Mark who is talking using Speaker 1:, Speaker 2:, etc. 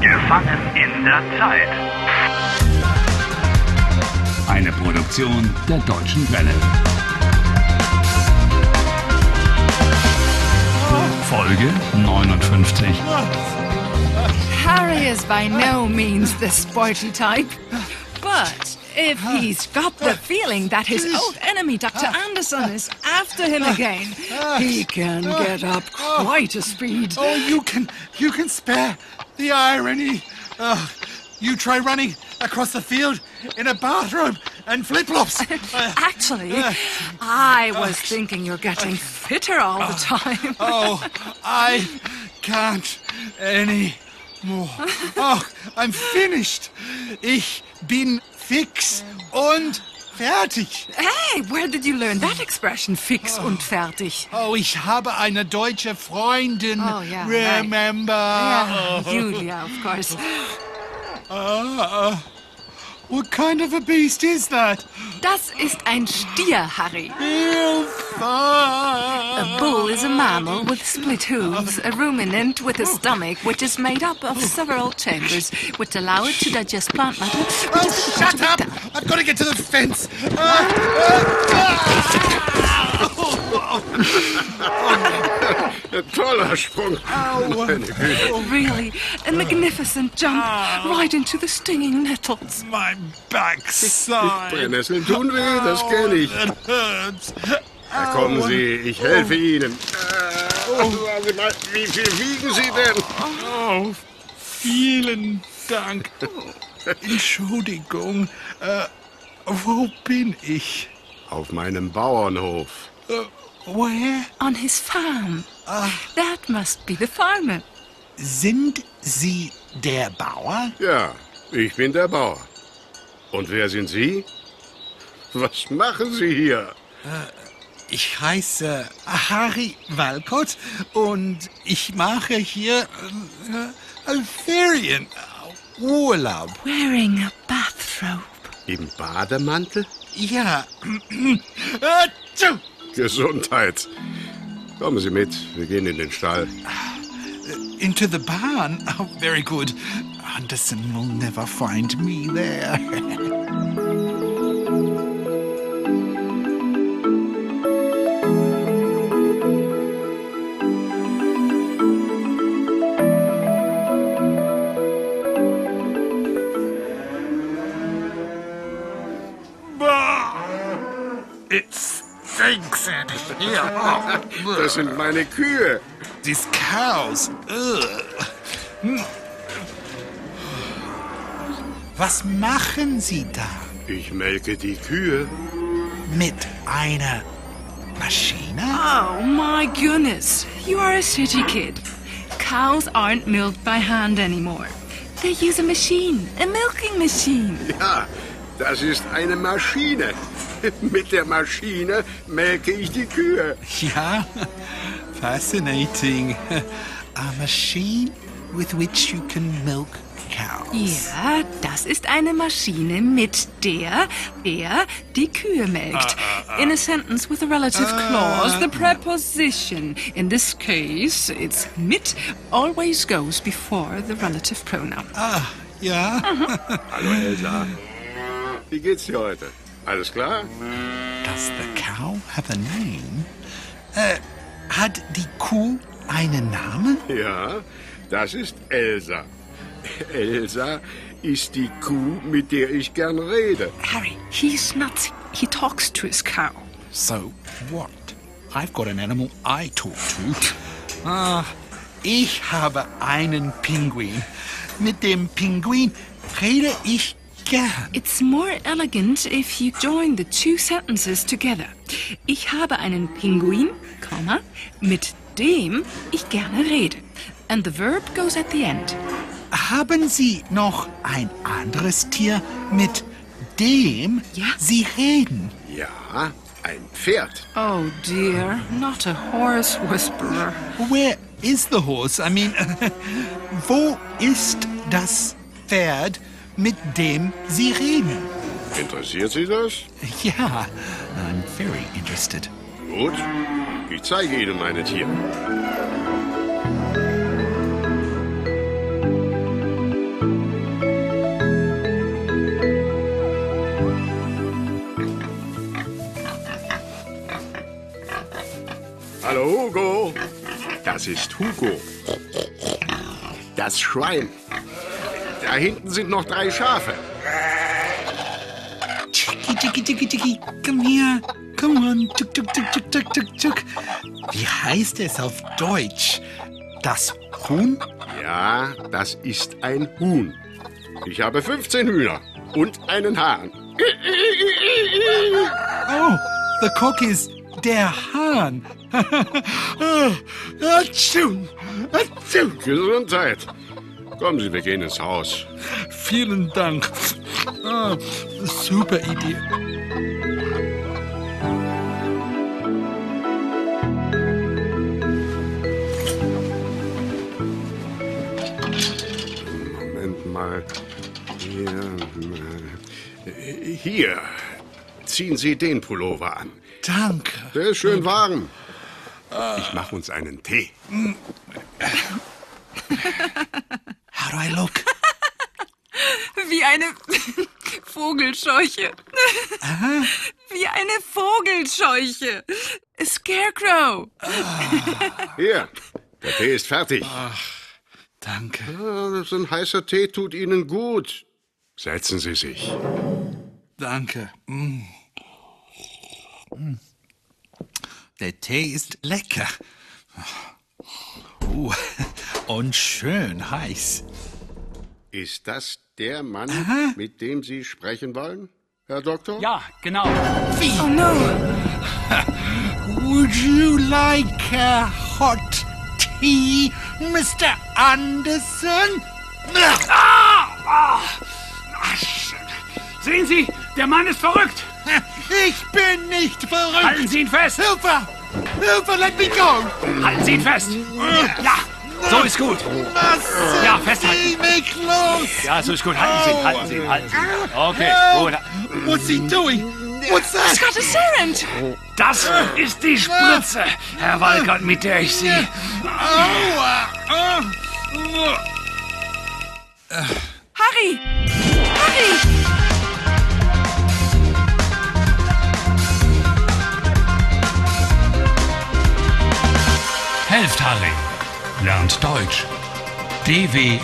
Speaker 1: Gefangen in der Zeit.
Speaker 2: Eine Produktion der Deutschen Welle. Folge 59.
Speaker 3: Harry is by no means the sporty type, but if he's got the feeling that his old enemy, Dr. Anderson, is after him again, he can get up quite a speed.
Speaker 4: Oh, you can you can spare the irony. Ugh, you try running across the field in a bathrobe and flip-flops. Uh,
Speaker 3: Actually, I was thinking you're getting fitter all the time.
Speaker 4: oh, I can't any more. Oh, I'm finished. Ich bin fix und fertig.
Speaker 3: Hey, where did you learn that expression, fix und fertig?
Speaker 4: Oh, ich habe eine deutsche Freundin.
Speaker 3: Oh, yeah, right.
Speaker 4: Remember?
Speaker 3: Yeah, Julia, of course.
Speaker 4: Uh, what kind of a beast is that?
Speaker 3: Das ist ein Stier, Harry.
Speaker 4: Hilfe!
Speaker 3: A bull is a mammal with split hooves, a ruminant with a stomach which is made up of several chambers, which allow it to digest plant matter. which
Speaker 4: Oh,
Speaker 3: is
Speaker 4: shut
Speaker 3: difficult
Speaker 4: up!
Speaker 3: to break down.
Speaker 4: I've got to get to the fence. Ah, ah,
Speaker 5: Toller Sprung. Meine Güte.
Speaker 3: Really, a magnificent jump right into the stinging nettles.
Speaker 4: ah, my backside.
Speaker 5: Brennnesseln tun weh, das kenne ich.
Speaker 4: That hurts.
Speaker 5: Na, kommen Sie, ich helfe Ihnen. Oh, sagen Sie mal, wie viel wiegen Sie denn?
Speaker 4: Oh, vielen Dank. Entschuldigung. Äh, wo bin ich?
Speaker 5: Auf meinem Bauernhof.
Speaker 4: Äh, woher
Speaker 3: On his farm. That must be the farmer.
Speaker 4: sind Sie der Bauer?
Speaker 5: Ja, ich bin der Bauer. Und wer sind Sie? Was machen Sie hier?
Speaker 4: Ich heiße Harry Walcott und ich mache hier äh, äh, Ferien, äh, Urlaub.
Speaker 3: Wearing a bathrobe.
Speaker 5: Im Bademantel?
Speaker 4: Ja. Äh, Atschu!
Speaker 5: Gesundheit. Kommen Sie mit, wir gehen in den Stall.
Speaker 4: Into the barn. Oh, very good. Anderson will never find me there. It stinks in here. Oh,
Speaker 5: Das sind meine Kühe.
Speaker 4: these cows. Ugh. Hm. Was machen Sie da
Speaker 5: Ich melke die Kühe.
Speaker 4: mit einer Maschine?
Speaker 3: Oh my goodness, you are a city kid. Cows aren't milked by hand anymore. They use a machine, a milking machine.
Speaker 5: Ja, das ist eine Maschine. Mit der Maschine melke ich die Kühe.
Speaker 4: Ja, fascinating. A machine with which you can milk cows.
Speaker 3: Ja, das ist eine Maschine, mit der der die Kühe melkt. In a sentence with a relative clause, the preposition, in this case, it's mit, always goes before the relative pronoun.
Speaker 4: Ah, ja.
Speaker 5: Hallo Elsa. Wie geht's dir heute? Alles klar?
Speaker 4: Does the cow have a name? Äh, hat die Kuh einen Namen?
Speaker 5: Ja, das ist Elsa. Elsa ist die Kuh, mit der ich gern rede.
Speaker 3: Harry, he's nuts. He talks to his cow.
Speaker 4: So what? I've got an animal I talk to. Ah, ich habe einen Pinguin. Mit dem Pinguin rede ich gern.
Speaker 3: It's more elegant if you join the two sentences together. Ich habe einen Pinguin, Komma, mit dem ich gerne rede. And the verb goes at the end.
Speaker 4: Haben Sie noch ein anderes Tier, mit dem
Speaker 3: Ja.
Speaker 4: Sie reden?
Speaker 5: Ja, ein Pferd.
Speaker 3: Oh dear, not a horse whisperer.
Speaker 4: Where is the horse? I mean, wo ist das Pferd, mit dem Sie reden?
Speaker 5: Interessiert Sie das?
Speaker 4: Ja, I'm very interested.
Speaker 5: Gut, ich zeige Ihnen meine Tiere. Hallo Hugo. Das ist Hugo. Das Schwein. Da hinten sind noch drei Schafe.
Speaker 4: Chicky, chicky, chicky, chicky, komm her. Komm on, tuck, tuck, tuck, tuck, tuck, tuck, tuck. Wie heißt es auf Deutsch? Das Huhn?
Speaker 5: Ja, das ist ein Huhn. Ich habe 15 Hühner und einen Hahn.
Speaker 4: Oh, the cock is der Hahn. Ah, Atschum, atschum.
Speaker 5: Gesundheit. Kommen Sie, wir gehen ins Haus.
Speaker 4: Vielen Dank. Ah, super Idee.
Speaker 5: Moment mal. Hier, mal. Äh, Hier. Ziehen Sie den Pullover an.
Speaker 4: Danke.
Speaker 5: Der ist schön warm. Ah. Ich mache uns einen Tee.
Speaker 4: How do I look?
Speaker 3: Wie eine Vogelscheuche. Wie eine Vogelscheuche. A Scarecrow.
Speaker 5: Hier. Der Tee ist fertig.
Speaker 4: Danke.
Speaker 5: Ah, So ein heißer Tee tut Ihnen gut. Setzen Sie sich.
Speaker 4: Danke. Mm. Mm. Der Tee ist lecker. Uh, und schön heiß.
Speaker 5: Ist das der Mann, mit dem Sie sprechen wollen, Herr Doktor?
Speaker 6: Ja, genau.
Speaker 3: Oh no.
Speaker 4: Would you like a hot tea, Mr. Anderson?
Speaker 6: Sehen Sie, der Mann ist verrückt.
Speaker 4: Ich bin nicht
Speaker 6: Halten
Speaker 4: verrückt.
Speaker 6: Sie ihn fest.
Speaker 4: Hilfe! Hilfe, let me go!
Speaker 6: Halten Sie ihn fest. Ja, so ist gut.
Speaker 4: Was?
Speaker 6: Ja, festhalten.
Speaker 4: Zieh mich los!
Speaker 6: Ja, so ist gut. Halten Sie ihn, halten Sie ihn, halten Sie ihn. Okay,
Speaker 4: Help!
Speaker 6: gut.
Speaker 4: What's he doing? What's that?
Speaker 3: Got a servant.
Speaker 6: Das ist die Spritze, Herr Walkert, mit der ich Sie...
Speaker 4: Oh, uh,
Speaker 3: Harry. Harry.
Speaker 2: Helft Harry. Lernt Deutsch. dw.com/harry.